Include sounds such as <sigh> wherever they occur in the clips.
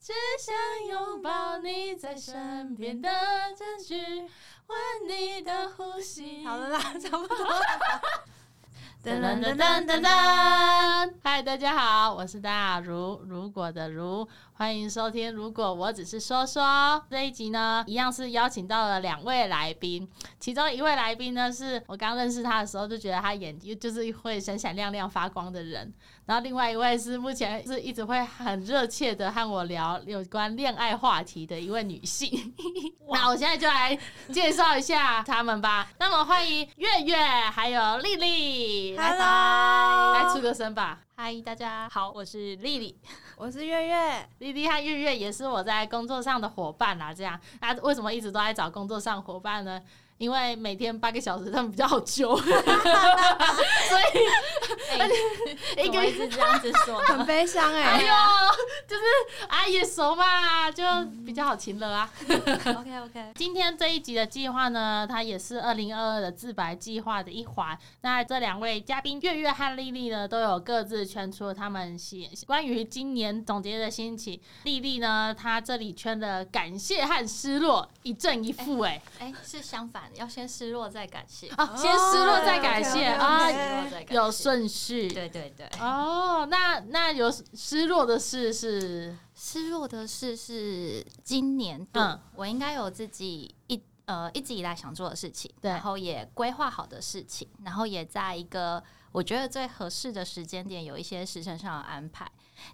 只想拥抱你在身边的证据，闻你的呼吸。好了啦，差不多。噔噔噔噔噔噔！嗨，大家好，我是大如，如果的如，欢迎收听。如果我只是说说这一集呢，一样是邀请到了两位来宾，其中一位来宾呢是我刚认识他的时候就觉得他眼睛就是会闪闪亮亮发光的人，然后另外一位是目前是一直会很热切的和我聊有关恋爱话题的一位女性。 <laughs> 那我现在就来介绍一下他们吧。那么欢迎月月还有丽丽，来 Hello，来出个声吧。嗨，大家好，我是丽丽。我是月月。，丽丽和月月也是我在工作上的伙伴啊啦、这样，那、为什么一直都在找工作上伙伴呢？因为每天八个小时他们比较 <laughs> 久，所哎、以一 <laughs> 一个个一直这样子 <laughs> 说很悲伤哎哎、呦，就是啊也熟嘛，就比较好亲了啊。 OK OK，今天这一集的计划呢，它也是二零二二的自白计划的一环。那这两位嘉宾月月和丽丽呢，都有各自圈出他们写关于今年总结的心情。丽丽呢，她这里圈的感谢和失落，一正一负、哎、哎、是相反，要先失落再感谢，啊，先失落再感谢、哦啊 OK，OK，OK 失落再感谢，有顺序。对对对，哦，那那有失落的事是，失落的事是今年度，嗯我应该有自己一呃一直以来想做的事情，对然后也规划好的事情，然后也在一个我觉得最合适的时间点有一些时程上的安排，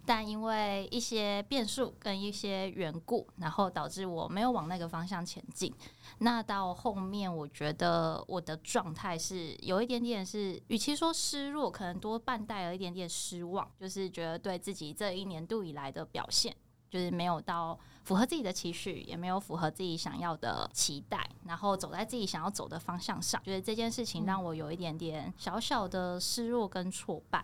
但因为一些变数跟一些缘故，然后导致我没有往那个方向前进。那到后面，我觉得我的状态是有一点点是，与其说失落，可能多半带有一点点失望，就是觉得对自己这一年度以来的表现，就是没有到符合自己的期许，也没有符合自己想要的期待，然后走在自己想要走的方向上，觉得这件事情让我有一点点小小的失落跟挫败。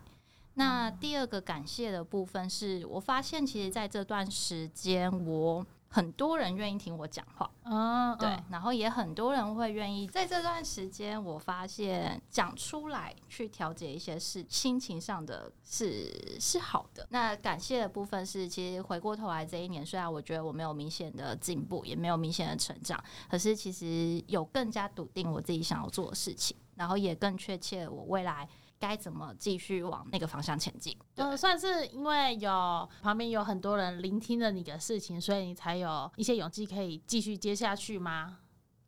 那第二个感谢的部分是我发现，其实在这段时间，我很多人愿意听我讲话，嗯，对嗯，然后也很多人会愿意在这段时间，我发现讲出来去调节一些事，心情上的是是好的。那感谢的部分是，其实回过头来这一年，虽然我觉得我没有明显的进步，也没有明显的成长，可是其实有更加笃定我自己想要做的事情，然后也更确切我未来该怎么继续往那个方向前进。对呃，算是因为有旁边有很多人聆听了你的事情，所以你才有一些勇气可以继续接下去吗？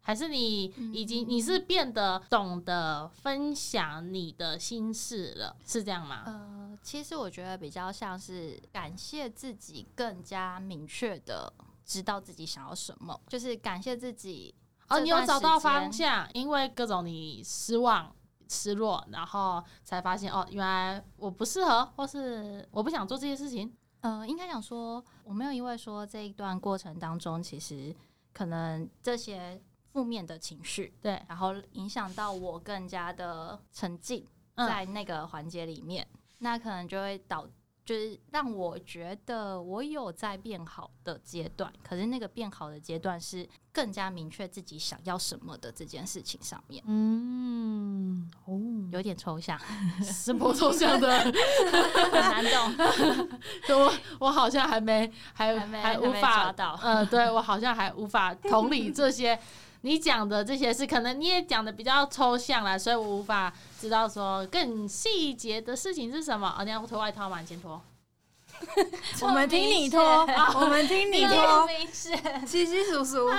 还是你嗯已经、你是变得懂得分享你的心事了，是这样吗？呃，其实我觉得比较像是感谢自己，更加明确的知道自己想要什么，就是感谢自己。哦，你有这段找到时间方向，因为各种你失望、失落，然后才发现哦，原来我不适合，或是我不想做这些事情。呃，应该讲说，我没有因为说这一段过程当中，其实可能这些负面的情绪，对，然后影响到我更加的沉浸嗯，在那个环节里面，那可能就会导。就是让我觉得我有在变好的阶段，可是那个变好的阶段是更加明确自己想要什么的这件事情上面，嗯，哦，有点抽象，是颇抽象的。很难懂。 <laughs> 对我我好像还没还还没无还没法抓到呃，对我好像还无法同理这些你讲的这些事，可能你也讲的比较抽象啦，所以我无法知道说更细节的事情是什么。哦，你要脱外套吗？你先脱。我们听你拖，我们听 <laughs> 你拖，没事，稀稀疏疏。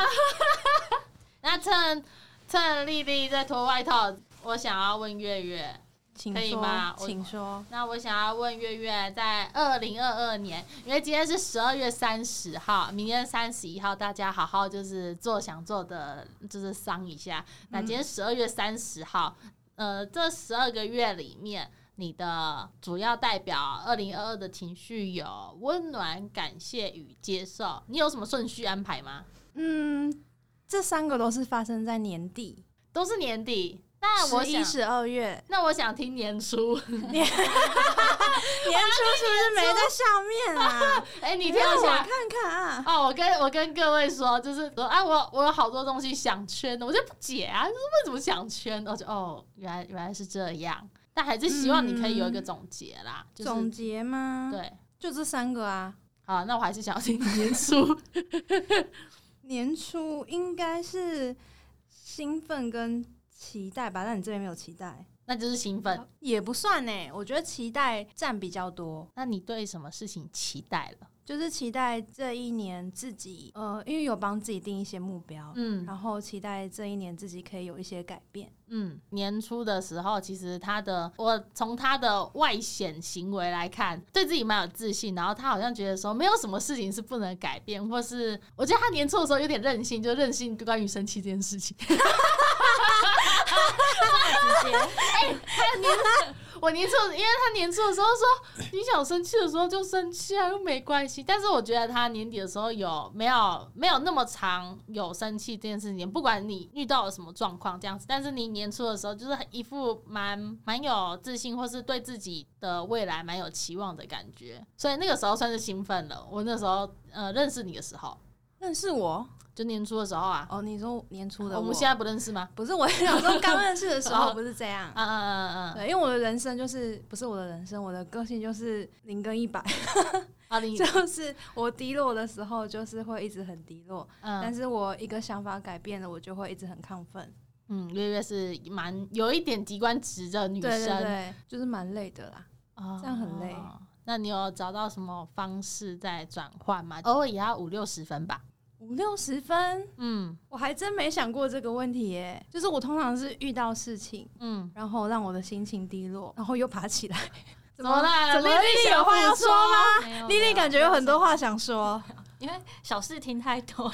那趁趁丽丽在脱外套，我想要问月月，请可以吗说，我请说。那我想要问月月，在二零二二年，因为今天是十二月三十号，明天三十一号，大家好好就是做想做的，就是商一下。那嗯今天十二月三十号，呃，这十二个月里面，你的主要代表二零二二的情绪有温暖、感谢与接受，你有什么顺序安排吗？嗯，这三个都是发生在年底，都是年底，那我十一、想，十二月，那我想听年初。 <laughs> 年年初是不是没在上面啊？哎、你你听一下我，看看啊。 <laughs> 哦，我跟我跟各位说，就是说，哎，我我有好多东西想圈的，我就不解啊，就是为什么想圈？我就哦，原来原来是这样，嗯但还是希望你可以有一个总结啦，就是总结吗？，对，就这三个啊。好，那我还是想要听 <laughs> 年初年初应该是兴奋跟期待吧，但你这边没有期待，那就是兴奋。也不算呢。我觉得期待占比较多，那你对什么事情期待了？就是期待这一年自己，呃，因为有帮自己定一些目标，嗯然后期待这一年自己可以有一些改变。嗯，年初的时候，其实他的我从他的外显行为来看，对自己蛮有自信，然后他好像觉得说没有什么事情是不能改变，或是我觉得他年初的时候有点任性，就任性关于生气这件事情。 <laughs> 直接哎 <laughs> 我年初，因为他年初的时候说你想生气的时候就生气啊，又没关系。但是我觉得他年底的时候有没有没有那么长有生气这件事情，不管你遇到了什么状况这样子，但是你年初的时候就是一副蛮蛮有自信，或是对自己的未来蛮有期望的感觉，所以那个时候算是兴奋了。我那时候呃认识你的时候，认识我就年初的时候啊，哦，你说年初的我们现在不认识吗？不是我想说刚认识的时哦候不是这样。啊啊啊啊啊！ <laughs> 对，因为我的人生就是不是我的人生，我的个性就是零跟一 <laughs> 百，啊你就是我低落的时候就是会一直很低落，但嗯是我一个想法改变了，我就会一直很亢奋。嗯，月月是蛮有一点极端直的女对对生。对，就是蛮累的啦。这这样很累哦那你有找到什么方式在转换吗？偶尔也要五六十分吧。五六十分，嗯我还真没想过这个问题耶。就是我通常是遇到事情，嗯，然后让我的心情低落，然后又爬 <laughs> 起来。怎么了？怎么丽丽丽丽有话要说吗？嗯没有丽没丽有感觉有很多话想说，因为小事听太多，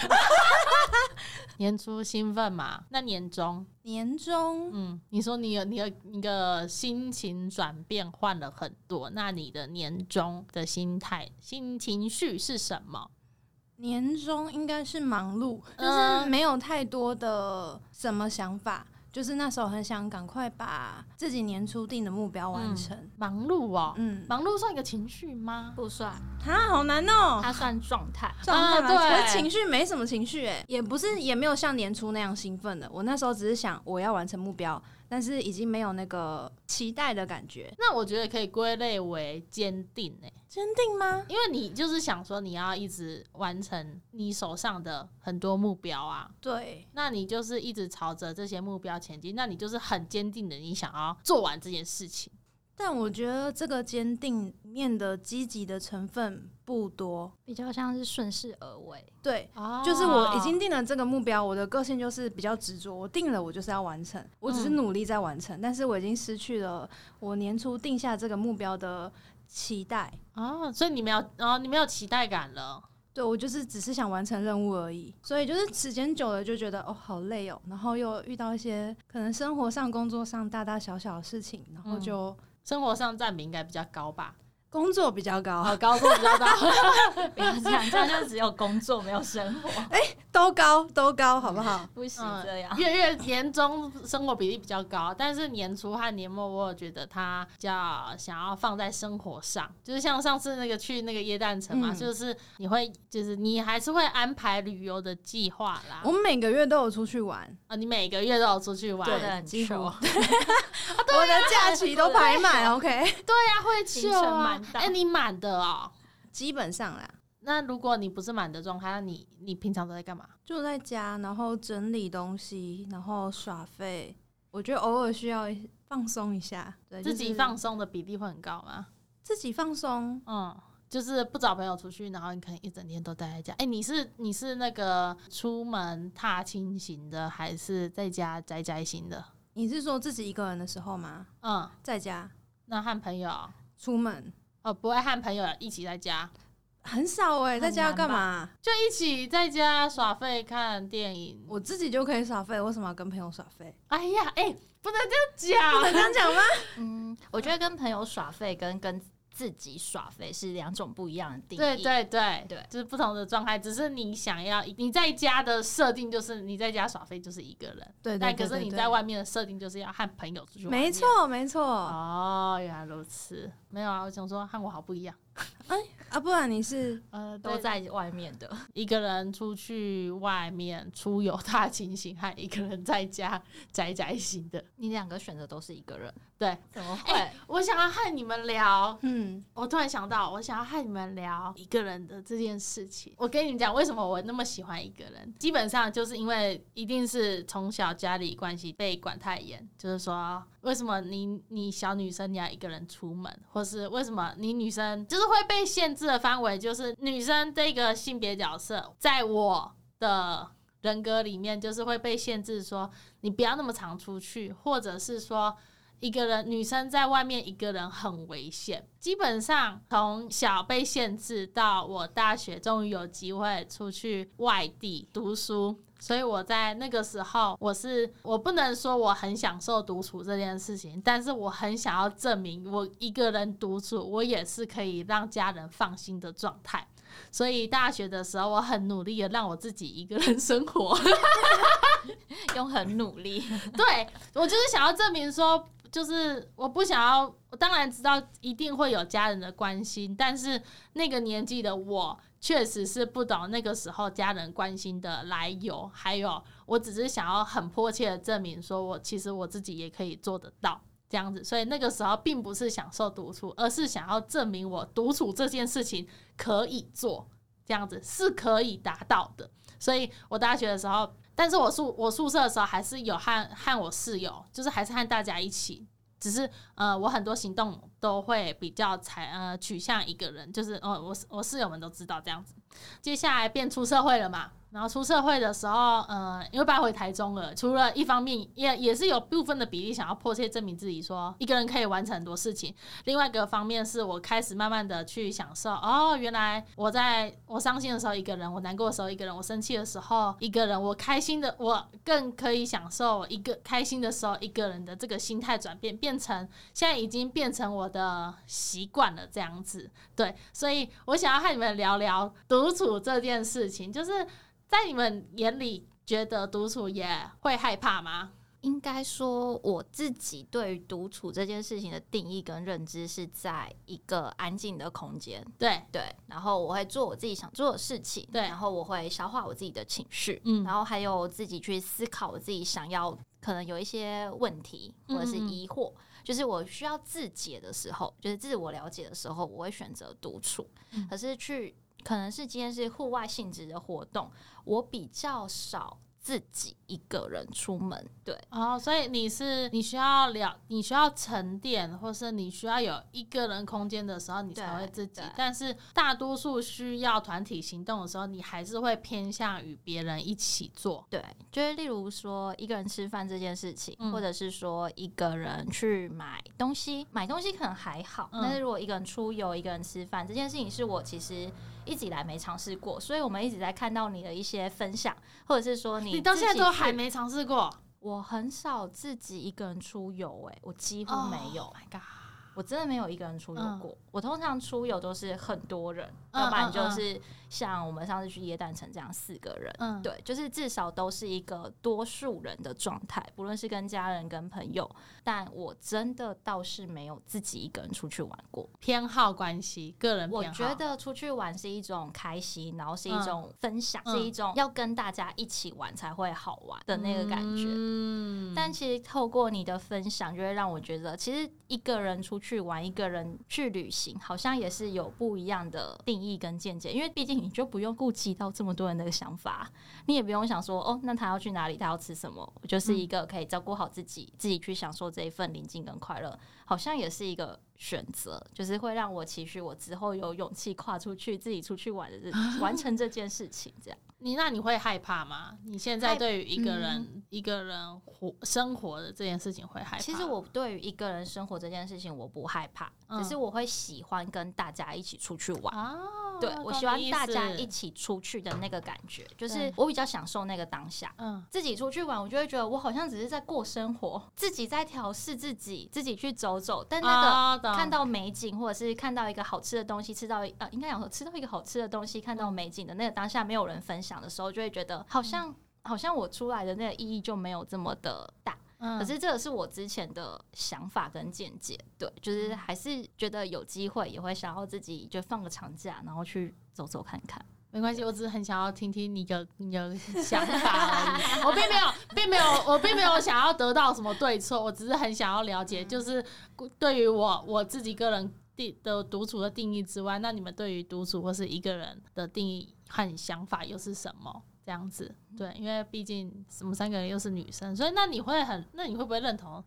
年初兴奋嘛，那年终，年终嗯，你说你有你有你的心情转变换了很多，那你的年终的心态、新情绪是什么？年终应该是忙碌，就嗯是没有太多的什么想法，就是那时候很想赶快把自己年初定的目标完成。忙碌哦，嗯，忙碌算一个情绪吗？不算，啊，好难哦、它算状态。嗯状态啊蛮对我情绪没什么情绪，哎，也不是，也没有像年初那样兴奋的。我那时候只是想我要完成目标，但是已经没有那个期待的感觉。那我觉得可以归类为坚定诶、坚定吗？因为你就是想说你要一直完成你手上的很多目标啊，对，那你就是一直朝着这些目标前进，那你就是很坚定的，你想要做完这件事情。但我觉得这个坚定里面的积极的成分不多。比较像是顺势而 <laughs> 为，对，哦就是我已经定了这个目标，我的个性就是比较执着，我定了我就是要完成，我只是嗯努力在完成，但是我已经失去了我年初定下这个目标的期待。哦，所以你没有哦，你没有期待感了。对我就是只是想完成任务而已，所以就是时间久了就觉得哦好累哦，然后又遇到一些可能生活上、工作上大大小小的事情，然后嗯就生活上占比应该比较高吧？工作比较高，哦，高度比较高。 <laughs> 不要这样，这样就只有工作没有生活，都高都高，好不好？不行嗯这样。月月年终生活比例比较高，但是年初和年末，我有觉得他比较想要放在生活上，就是像上次那个去那个耶诞城嘛，嗯就是你会，就是你还是会安排旅游的计划啦。我们每个月都有出去玩，啊，你每个月都有出去玩，过得很几乎糗我的啊假期哦都排满，OK， <laughs> 他会去行程啊满？档哎、你满的哦。基本上啦。那如果你不是满的状态，那你你平常都在干嘛？住在家，然后整理东西，然后耍废。我觉得偶尔需要一放松一下，对，自就己是放松的比例会很高吗？自己放松。嗯，就是不找朋友出去，然后你可能一整天都待在家。哎、你是你是那个出门踏青型的，还是在家宅宅型的？你是说自己一个人的时候吗？嗯，在家那和朋友出门哦，不会和朋友一起在家，很少哎、很在家要难干吧嘛？就一起在家耍废看电影。我自己就可以耍废，为什么要跟朋友耍废？哎呀，哎、不能这样讲，能这样讲吗？嗯，我觉得跟朋友耍废跟跟自己耍废是两种不一样的定义。对对对对就是不同的状态。只是你想要你在家的设定就是你在家耍废就是一个人， <laughs> 对对但对可是对你对在外面的设定就是要和朋友出去玩。没，错，没错。哦，原来如此。没有啊，我想说和我好不一样。啊，不然你是呃，都对在外面的，一个人出去外面出游大清醒，和一个人在家宅宅型的。你两个选择都是一个人，对，怎么会？哎我想要和你们聊，嗯，我突然想到，我想要和你们聊一个人的这件事情。我跟你们讲，为什么我那么喜欢一个人，基本上就是因为一定是从小家里关系被管太严，就是说，为什么你你小女生你要一个人出门，或是为什么你女生就是会被限制的范围，就是女生这个性别角色，在我的人格里面，就是会被限制说你不要那么常出去，或者是说一个人女生在外面一个人很危险。基本上从小被限制到我大学终于有机会出去外地读书。所以我在那个时候，我是我不能说我很享受独处这件事情，但是我很想要证明我一个人独处，我也是可以让家人放心的状态。所以大学的时候，我很努力的让我自己一个人生活。用很努力， <laughs> <laughs> 对我就是想要证明说，就是我不想要。我当然知道一定会有家人的关心，但是那个年纪的我确实是不懂那个时候家人关心的来由，还有我只是想要很迫切的证明，说我其实我自己也可以做得到。这样子，所以那个时候并不是享受独处，而是想要证明我独处这件事情可以做，这样子是可以达到的。所以我大学的时候，但是我宿我宿舍的时候还是有和和我室友，就是还是和大家一起，只是呃，我很多行动都会比较采呃取向一个人，就是哦，我我室友们都知道这样子。接下来便出社会了嘛，然后出社会的时候，呃，因为搬回台中了，除了一方面也也是有部分的比例想要迫切证明自己说一个人可以完成很多事情，另外一个方面是我开始慢慢的去享受，哦，原来我在我伤心的时候一个人，我难过的时候一个人，我生气的时候一个人，我开心的我更可以享受一个开心的时候一个人的这个心态转变，变成现在已经变成我的习惯了这样子。对，所以我想要和你们聊聊独处这件事情，就是在你们眼里觉得独处也会害怕吗？应该说，我自己对于独处这件事情的定义跟认知是在一个安静的空间，对，对，然后我会做我自己想做的事情，对然后我会消化我自己的情绪，嗯然后还有自己去思考我自己想要可能有一些问题或者是嗯嗯嗯疑惑，就是我需要自解的时候，就是自我了解的时候，我会选择独处，嗯可是去可能是今天是户外性质的活动，我比较少。自己一个人出门，对，哦，所以你是你需要了，你需要沉淀，或是你需要有一个人空间的时候，你才对会自己对。但是大多数需要团体行动的时候，你还是会偏向与别人一起做。对，就是例如说一个人吃饭这件事情，嗯或者是说一个人去买东西，买东西可能还好，嗯但是如果一个人出游、一个人吃饭这件事情，是我其实一直以来没尝试过，所以我们一直在看到你的一些分享，或者是说你你到自现在己都去还，没尝试过，我很少自己一个人出游，哎，我几乎没有。 Oh my god！我真的没有一个人出游嗯过，我通常出游都是很多人，嗯要不嗯然就嗯是像我们上次去耶诞城这样四个人，嗯，对，就是至少都是一个多数人的状态，不论是跟家人、跟朋友，但我真的倒是没有自己一个人出去玩过。偏好关系，个人我偏好。觉得出去玩是一种开心，然后是一嗯种分享，嗯是一种要跟大家一起玩才会好玩的那个感觉。嗯，但其实透过你的分享，就会让我觉得，其实一个人出去玩，一个人去旅行，好像也是有不一样的定义跟见解。因为毕竟你就不用顾及到这么多人的想法，你也不用想说，哦，那他要去哪里，他要吃什么，我就是一个可以照顾好自己，自己去享受这一份宁静跟快乐，好像也是一个选择，就是会让我期许我之后有勇气跨出去，自己出去玩的这完成这件事情，这样。你那你会害怕吗？你现在害嗯对于一个人、一个人活生活的这件事情会害怕吗？其实我对于一个人生活这件事情我不害怕，嗯只是我会喜欢跟大家一起出去玩。啊，对我喜欢大家一起，起出去的那个感觉，就是对我比较享受那个当下。嗯，自己出去玩，我就会觉得我好像只是在过生活，自己在调试自己，自己去走走。但那个啊懂看到美景，或者是看到一个好吃的东西，吃到呃，应该讲说吃到一个好吃的东西，嗯看到美景的那个当下，没有嗯人分享的时候，就会觉得好像好像我出来的那个意义就没有这么的大。嗯可是这个是我之前的想法跟见解，对，就是还是觉得有机会也会想要自己就放个长假，然后去走走看看。没关系，我只是很想要听听你的你 <laughs> 的想法而已。我并没有，并没有，我并没有想要得到什么对错，我只是很想要了解，嗯就是对于我我自己个人定的独处的定义之外，那你们对于独处或是一个人的定义和想法又是什么？这样子，嗯对，因为毕竟我们三个人又是女生，所以那你会很，那你会不会认同？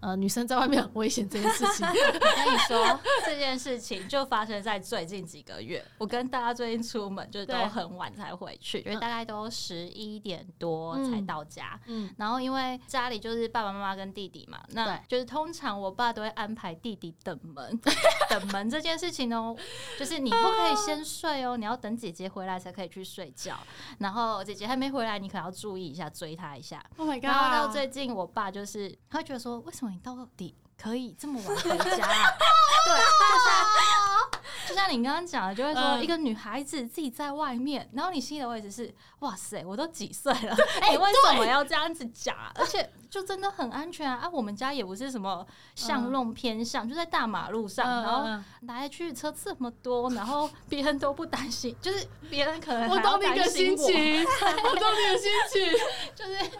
呃，女生在外面很危险这件事 <laughs> 情，我跟你说 <laughs> 这件事情就发生在最近几个月，我跟大家最近出门就是都对很晚才回去，因为大概都十一点多嗯才到家。嗯，然后因为家里就是爸爸妈妈跟弟弟嘛，那对就是通常我爸都会安排弟弟 <laughs> 等门，等门这件事情哦，就是你不可以先睡哦，你要等姐姐回来才可以去睡觉。然后姐姐还没回来，你可能要注意一下，追她一下。 Oh my god！然后到最近，我爸就是他会觉得说，为什么你到底可以这么晚回家、啊？ <laughs> 对，就像就像你刚刚讲的，就会说嗯一个女孩子自己在外面，然后你心里的位置是，哇塞，我都几岁了， <laughs> 你为什么要这样子讲啊？而且就真的很安全啊！啊，我们家也不是什么巷弄偏巷，就在大马路上，然后嗯来去车这么多，然后别人都不担心，就是别人可能我还要懂你的担心心我情，我懂你的心情，就是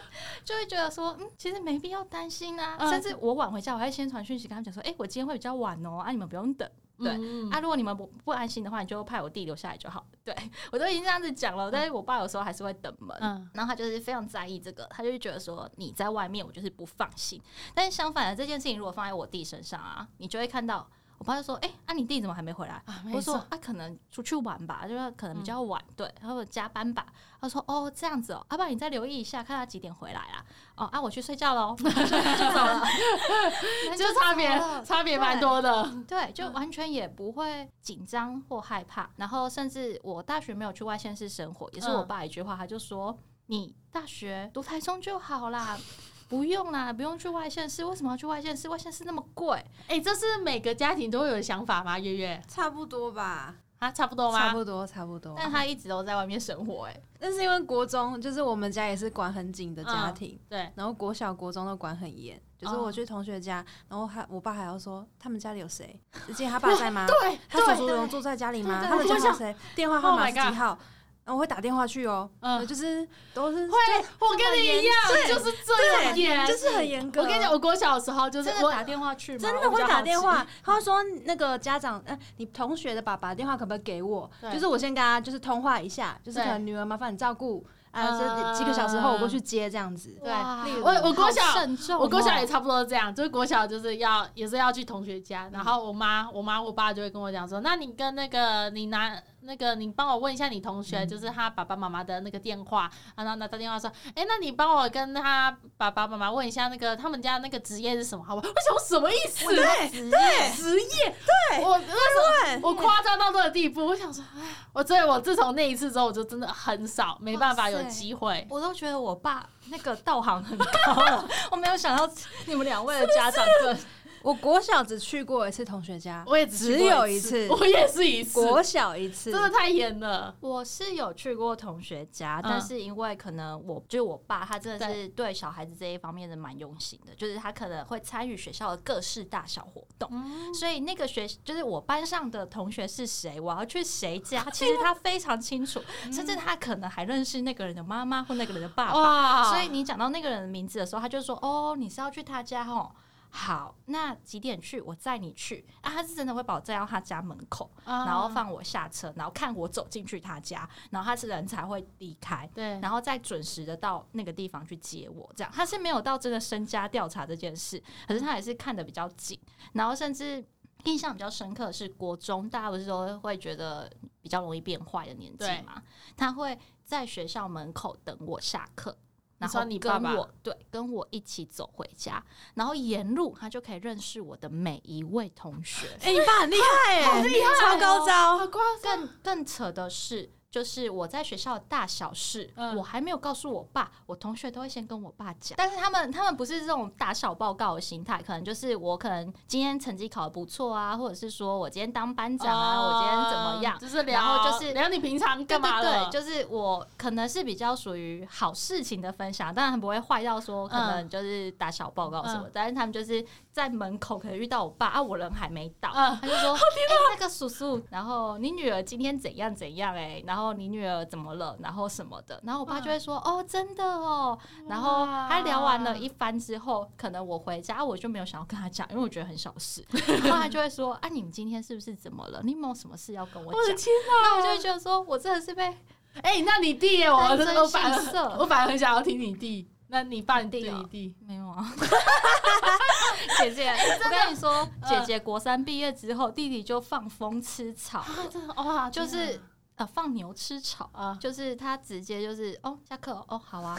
就会觉得说，嗯，其实没必要担心啊。嗯甚至我晚回家，我还先传讯息跟他们讲说，哎、我今天会比较晚哦，啊，你们不用等。对嗯啊，如果你们不不安心的话，你就派我弟留下来就好。对 <laughs> 我都已经这样子讲了，但是我爸有时候还是会等门。嗯然后他就是非常在意这个，他就会觉得说你在外面，我就是不放心。但是相反的，这件事情如果放在我弟身上啊，你就会看到我爸就说：“哎、啊，你弟怎么还没回来？”啊，哎我说啊，可能出去玩吧，就是可能比嗯较晚，对，然后加班吧。他说哦，这样子哦，要、不然你再留意一下，看他几点回来啦。哦啊，我去睡觉 <laughs> 喽，就走了。就差别就走了差别蛮多的。对，嗯就完全也不会紧张或害怕。然后甚至我大学没有去外县市生活，也是我嗯爸一句话，他就说：“你大学读台中就好啦。” <laughs> 不用啦，不用去外县市。为什么要去外县市？外县市那么贵，哎、这是每个家庭都会有的想法吗？月月差不多吧。啊，差不多差吗？不多，差不哦多。但他一直都在外面生活、哎，但是因为国中就是我们家也是管很紧的家庭，对，然后国小、国中都管很严。就是哦我去同学家，然后还我爸还要说他们家里有谁，只见他爸在吗？对他叔叔对有住在家里吗？对对他的对家我是想谁？电话号 Oh 码 my 是几 God 号？然后我会打电话去哦，嗯就是都是会，我跟你一样，就是这样严。就是很严格。我跟你讲，我国小的时候就是真的我打电话去吗？真我的比会较打好电奇话，他会说那个家长，呃，你同学的爸爸电话可不可以给我？对就是我先跟他就是通话一下，就是对可能女儿麻烦你照顾啊，这嗯几个小时后我过去接这样子。对哇我我国小好慎重哦我国小也差不多这样，就是国小就是要也是要去同学家，然后我妈、我妈、我爸就会跟我讲说，那你跟那个你拿那个你帮我问一下你同学，就是他爸爸妈妈的那个电话，啊然后拿他电话说，哎、那你帮我跟他爸爸妈妈问一下那个他们家那个职业是什么，好不好？我想什么意思？对职业，对我那时候我夸张到这个地步，我想说，哎，我所以，我自从那一次之后，我就真的很少没办法有机会。我都觉得我爸那个道行很高了，我没有想到你们两位的家长更我国小只去过一次同学家，我也去过只有一一次我也是一次，国小一次真，的太严了。我是有去过同学家，但是因为可能我就是我爸，他真的是对小孩子这一方面是蛮用心的，就是他可能会参与学校的各式大小活动，所以那个学就是我班上的同学是谁，我要去谁家， <laughs> 其实他非常清楚，甚至他可能还认识那个人的妈妈或那个人的爸爸。哇所以你讲到那个人的名字的时候，他就说：“哦，你是要去他家哦。”好，那几点去？我载你去啊！他是真的会把我载到他家门口，啊然后放我下车，然后看我走进去他家，然后他是人才会离开，对，然后再准时的到那个地方去接我。这样他是没有到真的身家调查这件事，可是他也是看的比较紧，然后甚至。印象比较深刻的是国中，大家不是都会觉得比较容易变坏的年纪对嘛？他会在学校门口等我下课，你然说后你跟爸我爸对跟我一起走回家，然后沿路他就可以认识我的每一位同学。哎，你爸很厉害哎，厉害哦超高招，好夸张，更更扯的是，就是我在学校的大小事，嗯我还没有告诉我爸，我同学都会先跟我爸讲。但是他们他们不是这种打小报告的心态，可能就是我可能今天成绩考得不错啊，或者是说我今天当班长啊，我今天怎么样哦，就是聊，然后就是聊你平常对干嘛了，对对，就是我可能是比较属于好事情的分享，当然不会坏到说可能就是打小报嗯告什么，但是他们就是在门口可能遇到我爸啊，我人还没到，嗯他就 <laughs> 说：“哎、那个叔叔，然后你女儿今天怎样怎样、哎，然后你女儿怎么了，然后什么的。”然后我爸就会说：“嗯哦，真的哦。”然后他聊完了一番之后，可能我回家我就没有想要跟他讲，因为我觉得很小 <laughs> 事。然后他就会说：“啊，你们今天是不是怎么了？你有没有什么事要跟我我的讲？”天那我就哪、会觉得说，我真的是被哎、那你弟耶，我单身我反逊色而我反而很想要听你弟，那你爸你你弟对哦你弟，没有啊， <laughs> 姐姐，我跟你说，姐姐国三毕业之后，弟弟就放风吃草，真的哇，就是呃放牛吃草。啊，就是他直接就是哦，下课哦，哦 <laughs> 好啊，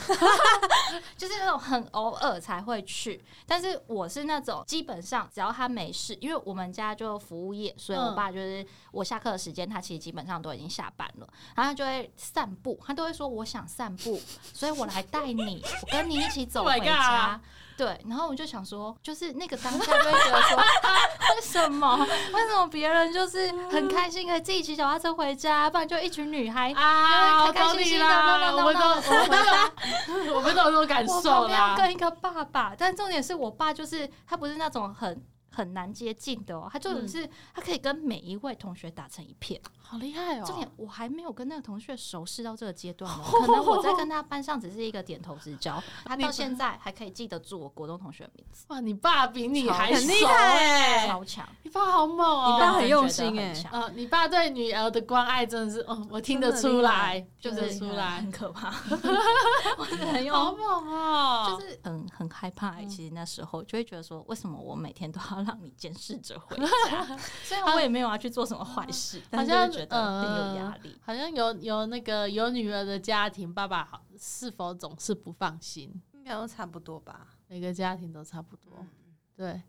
就是那种很偶尔才会去。但是我是那种基本上只要他没事，因为我们家就服务业，所以我嗯爸就是我下课的时间，他其实基本上都已经下班了，然后他就会散步，他都会说我想散步，所以我来带你，我跟你一起走 Oh my 回 god 家。对，然后我就想说，就是那个当下就会觉得 <laughs> 说，啊为什么？为什么别人就是很开心可以自己骑脚踏车回家，不然就一群女孩啊，我开开懂心你心啦，的我们都我们都有我们都有这种感我受旁边啦要，跟一个爸爸，但重点是我爸就是他不是那种很很难接近的哦，他就是、他可以跟每一位同学打成一片。好厉害重点我还没有跟那个同学熟识到这个阶段哦，可能我在跟他班上只是一个点头之交，他你到现在还可以记得住我国中同学的名字，哇，你爸比你还很厉熟害哎，超强。你爸好猛哦，你爸很用心哎哎、呃，你爸对女儿的关爱真的是，哦，我听得真的出厉来害，听就得是出来，很可怕，我很好有。猛哦！就是很很害怕、欸嗯其实那时候就会觉得说，为什么我每天都要让你监视着回家？ <laughs> 虽然我也没有要去做什么坏事，但是就是觉得很有压力。好像有有那个有女儿的家庭，爸爸好是否总是不放心？应该都差不多吧。每个家庭都差不多，对。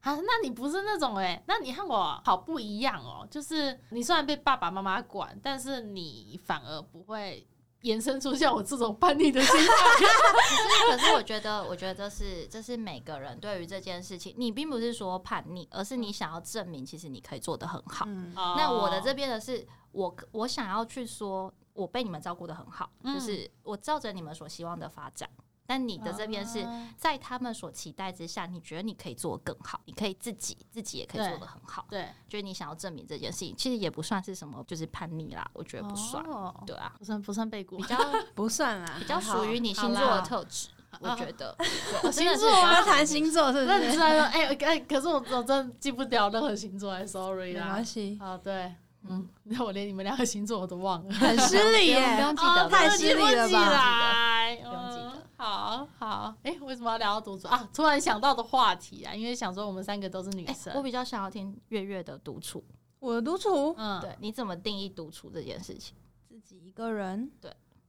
啊，那你不是那种哎、那你和我好不一样哦。就是你虽然被爸爸妈妈管，但是你反而不会延伸出像我这种叛逆的心态。可是我觉得，我觉得这是这是每个人对于这件事情，你并不是说叛逆，而是你想要证明，其实你可以做得很好。嗯， <laughs> 那我的这边的是，我我想要去说，我被你们照顾的很好，嗯就是我照着你们所希望的发展。但你的这边是，啊在他们所期待之下，你觉得你可以做得更好，你可以自己自己也可以做得很好，对，就是你想要证明这件事情，其实也不算是什么，就是叛逆啦，我觉得不算，哦对啊，不算不算背锅 <laughs> 比。较不算啦，比较属于你星好座啦的特质，我觉得，我星座啊要谈星座是不 <laughs> 那你是知？道说，哎、哎，可是我我真的记不掉任何星座、哎 s o r r y 没啦关。系，啊，对，嗯，那我连你们两个星座我都忘了，很失礼不用不耶用。记得哦了太失礼了吧记不起来，不用记得嗯好好，哎、为什么要聊到独处啊？突然想到的话题啊，因为想说我们三个都是女哎生，我比较想要听月月的独处，我的独处，嗯，对，你怎么定义独处这件事情？自己一个人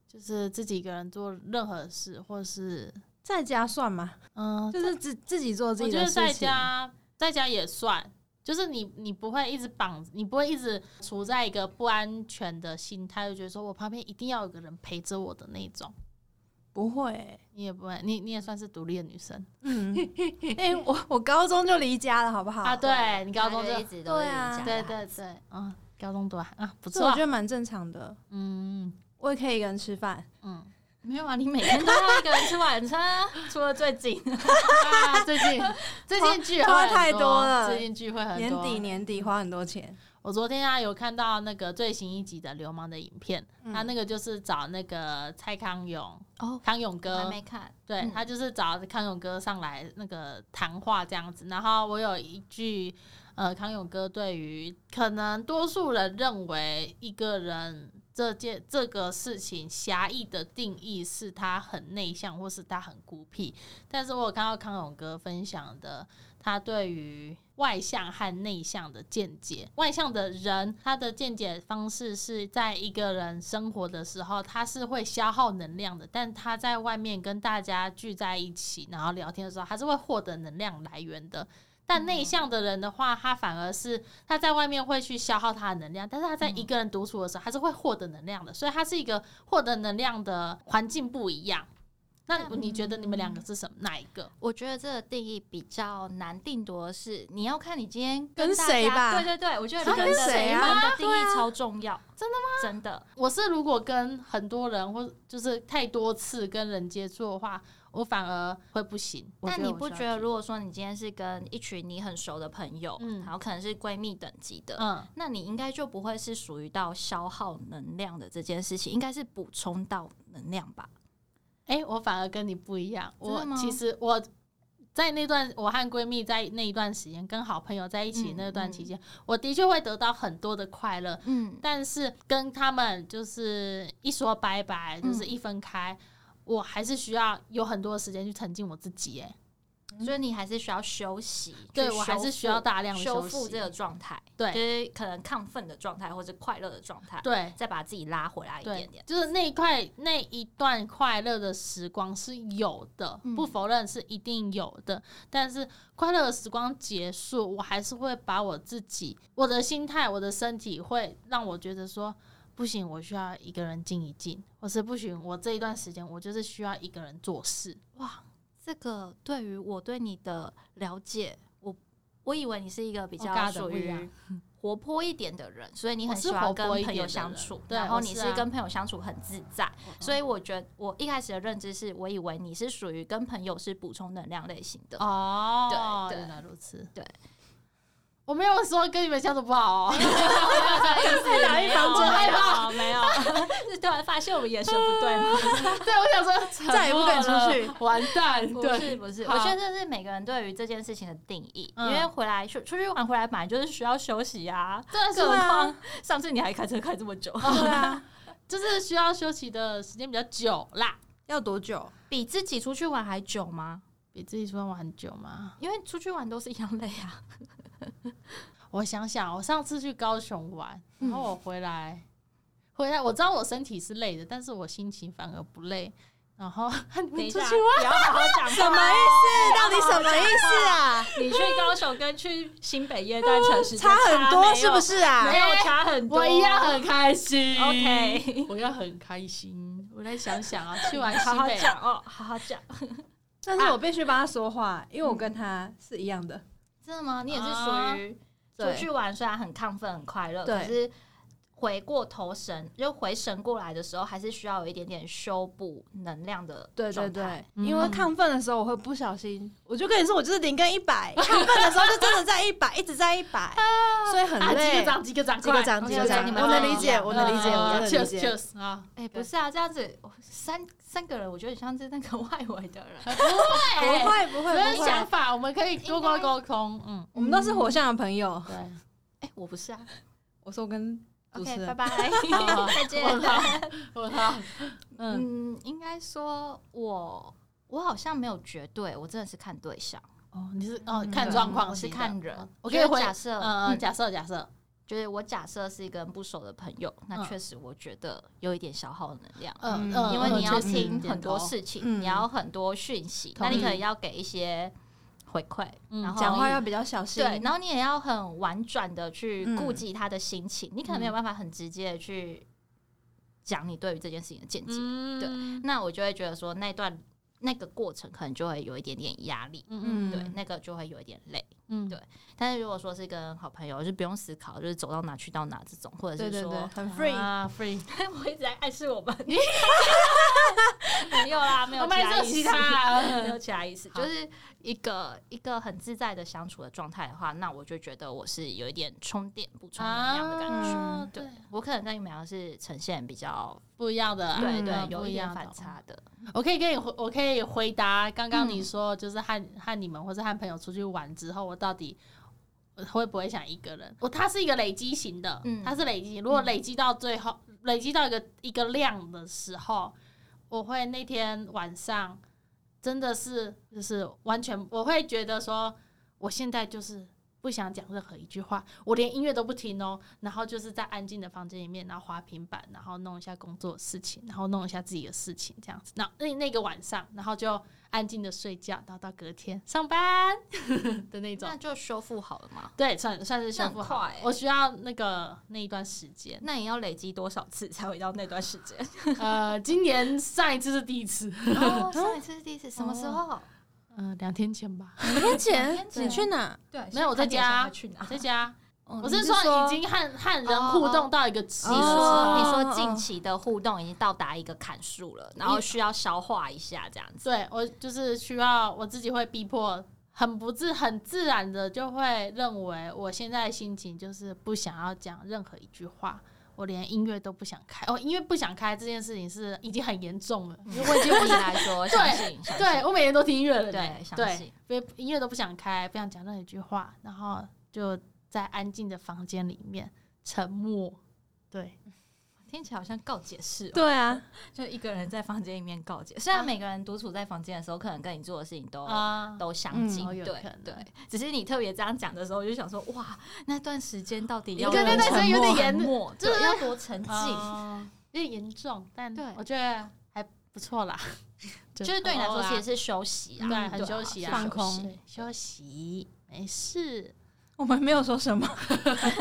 就是自己一个人做任何事，或是在家算吗？嗯，就是自自己做自我己觉的得事情。在家在家也算。就是你，你不会一直绑，你不会一直处在一个不安全的心态，就觉得说我旁边一定要有个人陪着我的那种。不 <laughs> 会欸，你也不会，你你也算是独立的女生嗯，哎、我我高中就离家了，好不好？啊。对你高中就就一直都是对啊离家对的对孩子对，嗯，高中读完啊，不这错我觉，得蛮正常的。嗯我也可以一个人吃饭，嗯。没有啊，你每天都要一个人吃晚餐 <laughs> 啊，除了最近。啊，最 <laughs> 近最近聚会花很太多了最近聚会很年多。底年底花很多钱。我昨天啊有看到那个最新一集的《流氓》的影片，嗯他那个就是找那个蔡康永，哦，康永还哥，没看，对、嗯他就是找康永哥上来那个谈话这样子。然后我有一句，呃，康永哥对于可能多数人认为一个人这件这个事情狭义的定义是他很内向或是他很孤僻，但是我有看到康永哥分享的。他对于外向和内向的见解，外向的人他的见解方式是在一个人生活的时候，他是会消耗能量的，但他在外面跟大家聚在一起，然后聊天的时候，他是会获得能量来源的。但内向的人的话，他反而是他在外面会去消耗他的能量，但是他在一个人独处的时候，他是会获得能量的，所以他是一个获得能量的环境不一样。那嗯你觉得你们两个是什么哪一个？我觉得这个定义比较难定夺的是，你要看你今天跟大谁家吧对对对，我觉得是人跟的谁啊人的定义超重要，真的吗？真的，我是如果跟很多人或就是太多次跟人接触的话，我反而会不行。我但你我不需要觉得，去如果说你今天是跟一群你很熟的朋友，嗯然后可能是闺蜜等级的，嗯，那你应该就不会是属于到消耗能量的这件事情，应该是补充到能量吧？哎、我反而跟你不一样。真的我吗其实我在那段我和闺蜜在那一段时间，跟好朋友在一起嗯那段嗯期间，我的确会得到很多的快乐，嗯，但是跟他们就是一说拜拜，就是嗯一分开，我还是需要有很多时间去沉浸我自己、哎，所以你还是需要休息，对去我还修是需复要大量的修息复这个状态，对就是可能亢奋的状态或者快乐的状态，对。再把自己拉回来一对点，点。就是那一块那一段快乐的时光是有的，嗯不否认是一定有的。但是快乐的时光结束，我还是会把我自己、我的心态、我的身体，会让我觉得说不行，我需要一个人静一静，或是不行，我这一段时间我就是需要一个人做事。哇，这个对于我对你的了解，我我以为你是一个比我跟较他的属哦不一样于活泼一点的人，所以你我很是喜欢活跟泼一朋点友的相人处，对然后我你是是啊嗯跟朋友相处很自在，所以我觉得我一开始的认知是我以为你是属于跟朋友是补充能量类型的。哦对对原来如此。对， <laughs> 我没有说跟你们相处不好哦。 <laughs> 太打预防针没了有没有， <laughs> 是突然发现我们眼神不对吗？对，我想说再也不敢出去沉默了，完蛋。<laughs> 不对，是不是，好 <laughs> 我觉得这是每个人对于这件事情的定义，因嗯为回来出出去玩回来本来就是需要休息啊，真的是更何况上次你还开车开这么久，哦对啊，就是需要休息的时间比较久啦。要多久？比自己出去玩还久吗？比自己出去玩很久吗？因为出去玩都是一样累 <laughs> 啊。我想想，我上次去高雄玩，嗯然后我回来，回来我知道我身体是累的，但是我心情反而不累。然后 <laughs> 等一你下，出去 <laughs> 不要好好讲话。什么意思？到底什么意思啊？你去高雄跟去新北夜 <laughs> 诞城时间差很多没有是不？是啊没？有差很多，嗯我一样很开心。 OK 我要很开心。我来想想啊，去玩好西好北，讲哦，好好讲。但是我必须帮他说话，因为我跟他是一样的。真的吗？你也是啊属于出去玩，虽然很亢奋、很快乐，对可是回过头神，就回神过来的时候，还是需要有一点点修补能量的对对状态对，嗯因为亢奋的时候我会不小心，我就跟你说，我就是零跟一 <laughs> 百，亢奋的时候就真的在一百，一直在一百，所以很啊，击累个。掌，击个掌，几个快掌，几个嗯 OK，OK，掌，你们我能在理解，我能理解，我呃能理，cheers 解。 cheers 啊！ <laughs> 哎、不是啊，这样子哦三三个人，我觉得你像是那个外围的人，不会不我会的不想会，法，我们可以多沟沟通。嗯，我们都是火象的朋友。对。哎、我 <laughs> 不是啊。我说我跟主持 OK，拜人，拜，啊好再见。我靠，嗯，嗯，应该说我我好像没有绝对，我真的是看对象，哦，你是哦嗯看状况我是型的，哦看人。我就可以是回假设，嗯嗯，嗯假设假设，就是我假设是一个不熟的朋友，那嗯确实我觉得有一点消耗能量，嗯嗯嗯，因为你要确实听点很多头，事情，嗯你要很多讯息，同那你可意能要给一些回馈，嗯然后讲话要比较小心。对，然后你也要很婉转的去嗯顾及他的心情，你可嗯能没有办法很直接的去讲你对于这件事情的见解，嗯，对那我就会觉得说那段那个过程可能就会有一点点压力。嗯嗯嗯，对，那个就会有一点累。嗯，对但是如果说是跟好朋友，就不用思考，就是走到哪去到哪这种，或者对是对说对，很 free。啊，free， <laughs> 我一直在暗示我 <laughs> 们，没有啦，没有我其们还他是有其意思， <laughs> 没他，有其他意思，好就是一个一个很自在的相处的状态的话，那我就觉得我是有一点充电补充能量的感觉。啊对，我可能跟你们俩是呈现比较、不一样的，对嗯对，不有一一点样的哦反。差的。我可以跟你回，我可以回答刚刚你嗯说，就是和和你们或是和朋友出去玩之后，我到底会不会想一个人？我它是一个累积型的，嗯它是累积型。如果嗯累积到最后，累积到一个一个量的时候，我会那天晚上真的是就是完全，我会觉得说，我现在就是不想讲任何一句话，我连音乐都不听哦，然后就是在安静的房间里面，然后滑平板，然后弄一下工作的事情，然后弄一下自己的事情，这样子。那那那个晚上，然后就安静的睡觉，然后到隔天上班 <laughs> 的那种那。就修复好了嘛。对，算算是修复好那了很快欸，我需要那个那一段时间那你要累积多少次才会到那段时间？呃，今年上一次是第一次， <laughs> 哦，上一次是第一次，什么时候？嗯、两天前吧，天前前你你去去哪？对，没有我在先看电家视还去哪？啊在家。哦我你是说说已经和和人互动到一个极你致哦了说，你哦说哦近期的互动已经到达一个砍数了，然后需要消化一下这样子。对我就是需要我自己会逼迫，很不自很自然的就会认为我现在的心情就是不想要讲任何一句话，我连音乐都不想开。哦，音乐不想开这件事情是已经很严重了，因为就你来 <laughs> 说，相信，相信对我每天都听音乐了呢，对相信对，别音乐都不想开，不想讲任何一句话，然后就在安静的房间里面沉默。对，听起来好像告解式、哦，对 <laughs> 啊，就一个人在房间里面告解。虽然每个人独处在房间的时候，可能跟你做的事情都、啊、都相近，嗯哦有对可能对。只是你特别这样讲的时候，我就想说，哇，那段时间到底要对对多对所以有点沉严默，啊嗯就就是是要多沉静。哦有点严重，但对我觉得还不错啦。就是对你来说，其实实是休息啊，对，啊很休息啊，是放空休息对休息，没事。我们没有说什么，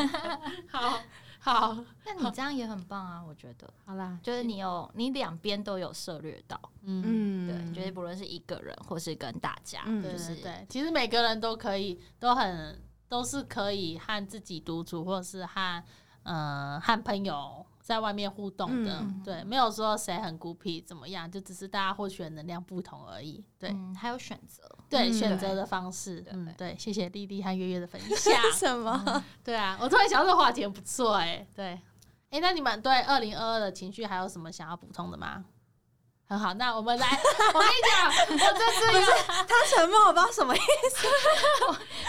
<laughs> 好，好，那你这样也很棒啊，我觉得，好啦，就是你有你两边都有涉略到，嗯，嗯对，就是不论是一个人或是跟大家，嗯对就是对对，其实每个人都可以，都很都是可以和自己独处，或者是和嗯和朋友。在外面互动的，嗯对，没有说谁很孤僻怎么样，就只是大家获取的能量不同而已。对、嗯，还有选择，对，嗯选择的方式，对嗯，对，谢谢丽丽和月月的分 <laughs> 享。什么？对啊，我突然想到这个话题很不错哎、对，哎、那你们对二零二二的情绪还有什么想要补充的吗？很好，那我们来， <laughs> 我跟你讲，我这次有 <laughs> 他沉默，我不知道什么意思。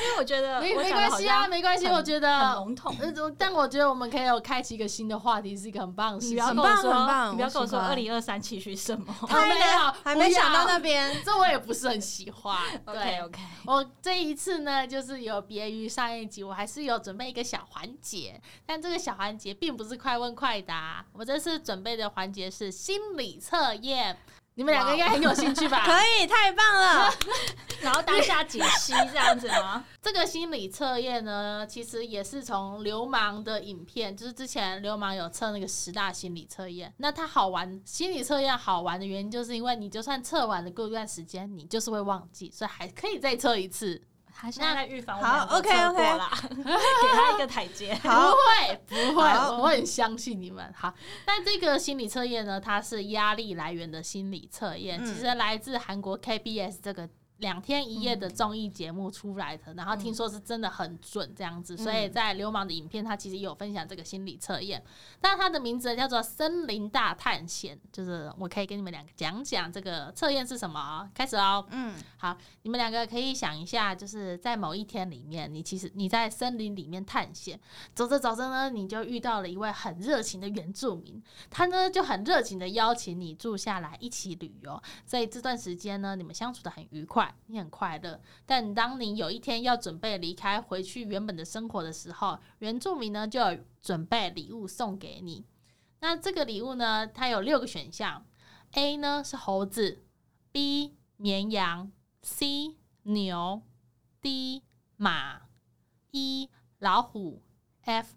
因为我觉得没我没讲得关好系像啊，没关系，很我觉很得，笼统。呃但我觉得我们可以有开启一个新的话题，是一个很棒的事你情。不要跟很我棒说，很棒你不要我跟我喜说二欢零二三期许什么。还没有，还没想到不要那 <laughs> 边。这我也不是很喜欢。 OK <laughs> 对， OK，我哦这一次呢，就是有别于上一集，我还是有准备一个小环节，但这个小环节并不是快问快答，我这次准备的环节是心理测验，你们两个应该很有兴趣吧？可以，太棒了！然后当下解析这样子吗？ <laughs> 这个心理测验呢，其实也是从流氓的影片，就是之前流氓有测那个十大心理测验，那它好玩，心理测验好玩的原因就是因为你就算测完了过一段时间，你就是会忘记，所以还可以再测一次。他现在在预防我们好两个，OK，OK 错过啦， <laughs> 给他一个台阶。不好，会，不会，好我很相信你们。好，那这个心理测验呢，它是压力来源的心理测验，嗯其实来自韩国 KBS 这个。两天一夜的综艺节目出来嗯的，然后听说是真的很准这样子，所以在流氓的影片，它其实有分享这个心理测验。那它的名字叫做《森林大探险》，就是我可以跟你们两个讲讲这个测验是什么哦。开始哦，嗯，你们两个可以想一下，就是在某一天里面，你其实你在森林里面探险，走着走着呢，你就遇到了一位很热情的原住民，他呢就很热情的邀请你住下来一起旅游，所以这段时间呢，你们相处的很愉快，你很快乐。但当你有一天要准备离开，回去原本的生活的时候，原住民呢就有准备礼物送给你。那这个礼物呢，它有六个选项，A 呢是猴子，B 绵羊。C 牛，D 马，E 老虎，F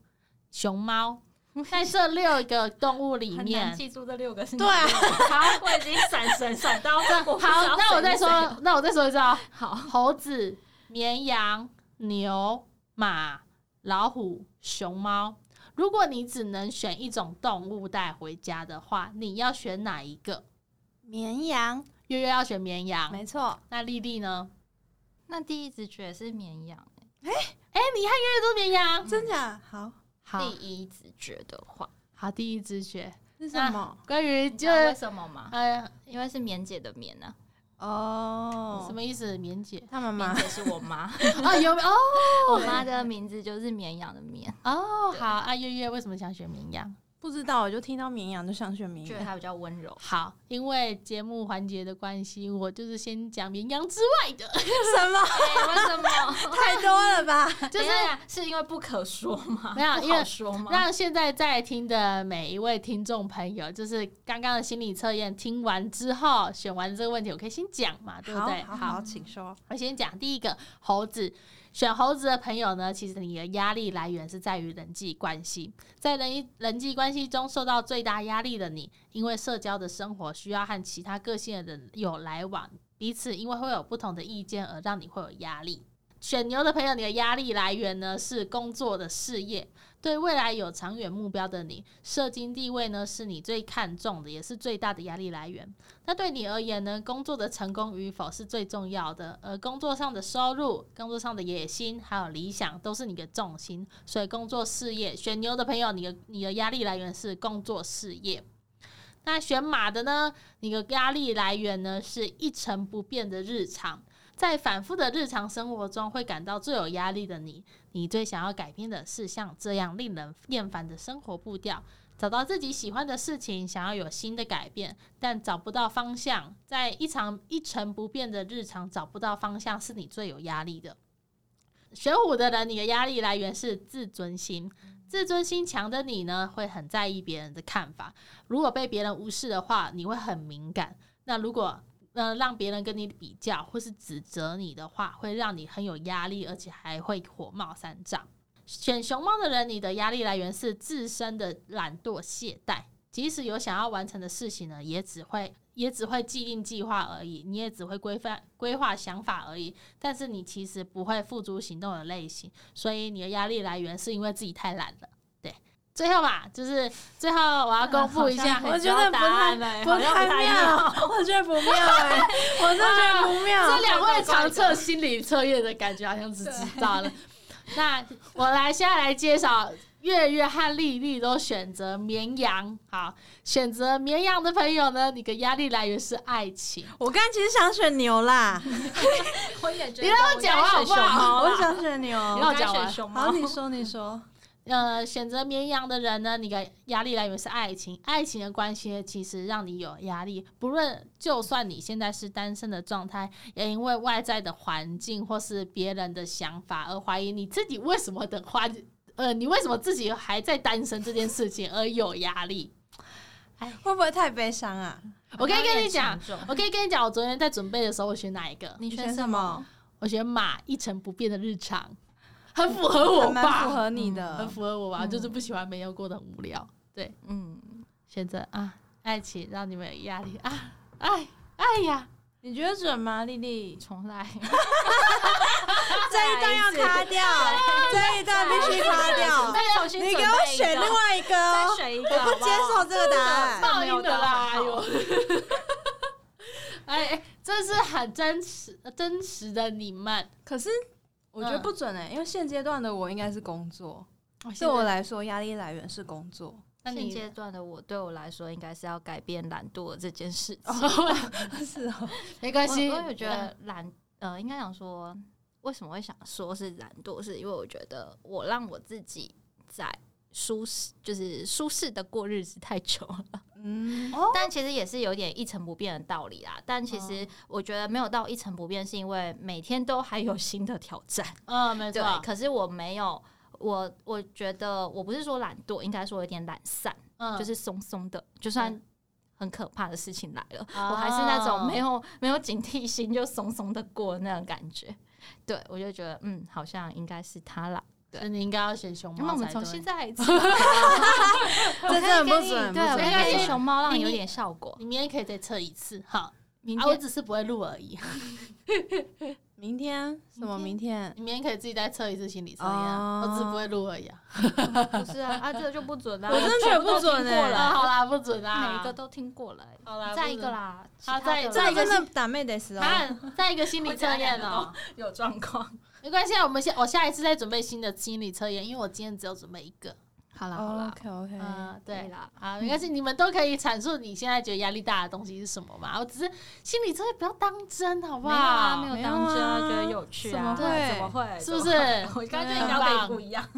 熊猫。在这六个动物里很难面，记住这六个是对啊哪六个，好，我已经闪神闪到我不知道好，那我再谁是谁说，那我再说一次啊、好，猴子、绵羊、牛、马、老虎、熊猫。如果你只能选一种动物带回家的话，你要选哪一个？绵羊，月月要选绵羊，没错，那丽丽呢？那第一直觉是绵羊，哎、你看月月都是绵羊，真假？好，好第一直觉的话，好，第一直觉。是什么？关于你知就道为什么吗？呃，因为是棉姐的棉啊，哦，什？么意思？<laughs> 棉姐他妈棉妈姐是我妈， <laughs> 啊，有哦我妈的名字就是绵羊的绵，哦，好啊，月月为什么想选绵羊？不知道，我就听到绵羊就想选绵 <laughs> 觉得羊。它比较温柔。好，因为节目环节的关系，我就是先讲绵羊之 <laughs> 外的，什么 <laughs> <laughs> 哎为什么？太多了吧？就是等一下是啊因为不可说吗？没有不因为好说吗？让现在在听的每一位听众朋友，就是刚刚的心理测验听完之后，选完这个问题，我可以先讲嘛，对不好对？好好，请说。我先讲第一个猴子，选猴子的朋友呢，其实你的压力来源是在于人际关系，在人人际关系中受到最大压力的你，因为社交的生活需要和其他个性的人有来往，彼此因为会有不同的意见而让你会有压力。选牛的朋友，你的压力来源呢是工作的事业，对未来有长远目标的你，社经地位呢是你最看重的，也是最大的压力来源。那对你而言呢，工作的成功与否是最重要的，而工作上的收入、工作上的野心还有理想都是你的重心。所以，工作事业选牛的朋友，你的你的压力来源是工作事业。那选马的呢，你的压力来源呢是一成不变的日常，在反复的日常生活中会感到最有压力的你，你最想要改变的是像这样令人厌烦的生活步调。找到自己喜欢的事情，想要有新的改变，但找不到方向，在一场一成不变的日常找不到方向，是你最有压力的。选虎的人，你的压力来源是自尊心。自尊心强的你呢，会很在意别人的看法。如果被别人无视的话，你会很敏感。那如果呃让别人跟你比较或是指责你的话，会让你很有压力，而且还会火冒三丈。选熊猫的人，你的压力来源是自身的懒惰懈怠，即使有想要完成的事情呢，也只会也只会既定计划而已，你也只会规范规划想法而已，但是你其实不会付诸行动的类型，所以你的压力来源是因为自己太懒了。对，最后吧，就是最后我要公布一下，我觉得不太不不太妙，我觉得不妙哎，我真的觉得不妙。啊这两位常测心理测验的感觉好像只知道了。 <laughs> 那我来现在来介绍月月和丽丽都选择绵羊。好，选择绵羊的朋友呢，你的压力来源是爱情。我刚刚其实想选牛啦，我也觉你让我讲话好不好？我想选牛。你我让我该讲选完。熊猫好，。你说你 <laughs> 说，呃，选择绵羊的人呢，你的压力来源是爱情，爱情的关系其实让你有压力。不论就算你现在是单身的状态，也因为外在的环境或是别人的想法而怀疑你自己为什么等花，呃，你为什么自己还在单身这件事情而有压力。会不会太悲伤啊？ <laughs> 我可以跟你哦讲，有点沉重，我可以跟你讲，我昨天在准备的时候，我选哪一个？呃你选什么？我选马，一成不变的日常，很符合我还蛮符吧？合你很的。嗯符合我吧？就是不喜欢没有过得很无聊。对。嗯，选择啊，爱情让你们有压力啊，哎哎呀，你觉得准吗，丽丽？重来。这一段要卡掉，这一段必须卡掉。 <laughs> 再重新你给我选另外一个再哦，选一我个，不接受这个答案。哎报应的啦，哎没有呦， <laughs> 哎哎，这是很真实真实的你们，可是我觉得不准哎、因为现阶段的我应该是工作，现在对我来说压力来源是 <laughs> 工作。那哦现你阶段的我对我来说，应该是要改变懒惰这件事情。哦是哦，没关系，我我也觉得懒，呃，应该想说，为什么会想说是懒惰，是因为我觉得我让我自己在舒适，就是舒适的过日子太久了。 <laughs> 嗯，哦但其实也是有点一成不变的道理啦。但其实我觉得没有到一成不变，是因为每天都还有新的挑战。嗯，没对错，，可是我没有。我我觉得我不是说懒惰，应该说有点懒散，嗯，就是松松的，就算很可怕的事情来了，我还是哦那种没有没有警惕心就松松的过那种感觉。对，我就觉得嗯，好像应该是他啦。对那你应该要选熊那猫我们才从现对。在来做，这真的不准，对，我没关应该系是熊猫让你你有点效果。你明天可以再测一次哈，明啊，我天只是不会录而已。明天什么？明天你明天可以自己再测一次心理测验啊，哦我只是不会录而已啊。不是啊，啊，这个就不 <laughs> 准啦，我真的觉得不准全部都听欸过啊了，好啦，不准啊，每一个都听过了欸。好啦，再不一个准，啦，好其他再的再啦一个真的打妹的时候，哦啊，再一个心理测验哦。有状况。没关系，啊，我们下我下一次再准备新的心理测验，因为我今天只有准备一个。好啦好哦啦， OK OK，嗯，可对以啦，啊，没关系，你们都可以阐述你现在觉得压力大的东西是什么嘛。我只是心理测验不要当真，好不没好？有啊，没有没有当真啊，啊觉得有趣怎啊，么会怎么会？是不怎是嗯么会？我刚刚觉得你要很棒 <laughs> 跟你不一样，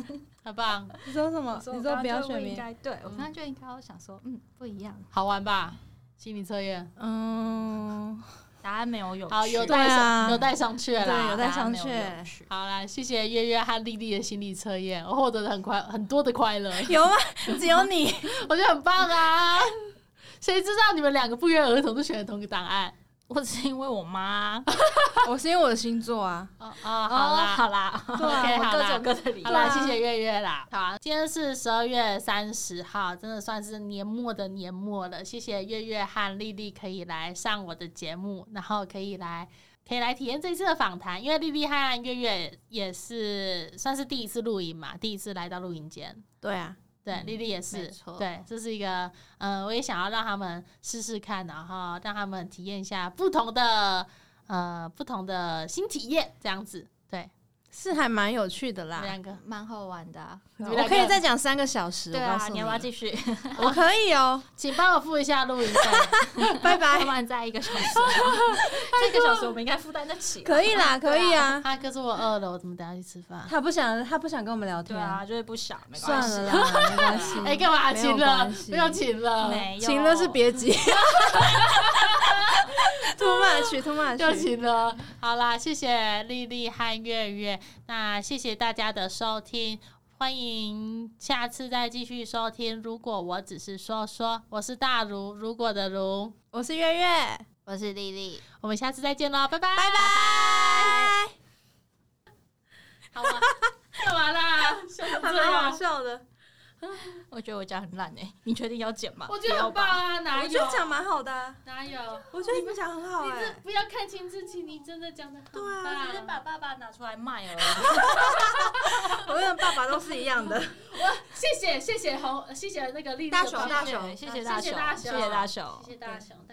很棒，你说什么？你说不要选应民？该对，我刚刚就应该想说，嗯，不一样，好玩吧？心理测验，嗯，答案没有有好有趣待对上啊有待上去对，有啦。待商答案没有有榷。趣好啦，谢谢月月和丽丽的心理测验，我获得了很快很多的快乐， <laughs> 有吗？只有你。我觉得很棒啊！ <laughs> 谁知道你们两个不约而同都选了同一个档案？我只是因为我 <laughs> 妈， <laughs> 我是因为我的星座啊。哦哦，好啦，哦好啦，对 <laughs> 啊 OK，好啦各走各的理好由。啦，对啊谢谢月月啦。好啊，今天是十二月三十号，真的算是年末的年末了。谢谢月月和丽丽可以来上我的节目，然后可以来可以来体验这次的访谈，因为丽丽和月月也是算是第一次录影嘛，第一次来到录影间。对啊，对，嗯丽丽也是没，错对，这是一个，嗯、我也想要让他们试试看，然后让他们体验一下不同的，呃，不同的新体验，这样子，对，是还蛮有趣的啊你们啦。两个，蛮好玩的啊、你们两我个可以再讲三个小时。对我啊告，诉你要不要继续？我可以哦，请帮我付一下录音费，拜 <laughs> 要拜不。然再一个小时，这个小时我们应该负担得起吧。可以啦，可以啊。啊，可是我饿了，我怎么等下去吃饭？他不想，他不想跟我们聊对天。啊，就是不想，没算关系。啊了啦，没关系。 <laughs> 哎、干嘛嗯没有请了关？系不要请了，没有，行了是别急。too much, too 就 much。行了。好啦，谢谢丽丽和月月，那谢谢大家的收听，欢迎下次再继续收听。如果我只是说说，我是大如，如果的如，我是月月，我是丽丽，我们下次再见喽，拜拜，拜拜。好吗？干嘛啦？还蛮好笑的，我觉得我讲很烂哎、你确定要剪吗？我觉得很棒啊，哪我有觉得讲蛮好的啊，哪有？我觉得你们讲很好你哎这。不要看清自己，你真的讲的很对啊我只是棒。把爸爸拿出来卖而已。我跟爸爸都是一样的。谢谢谢谢红，谢谢那个丽丽的大熊帮助大熊谢谢大谢谢雄，大雄谢谢大雄谢谢大熊。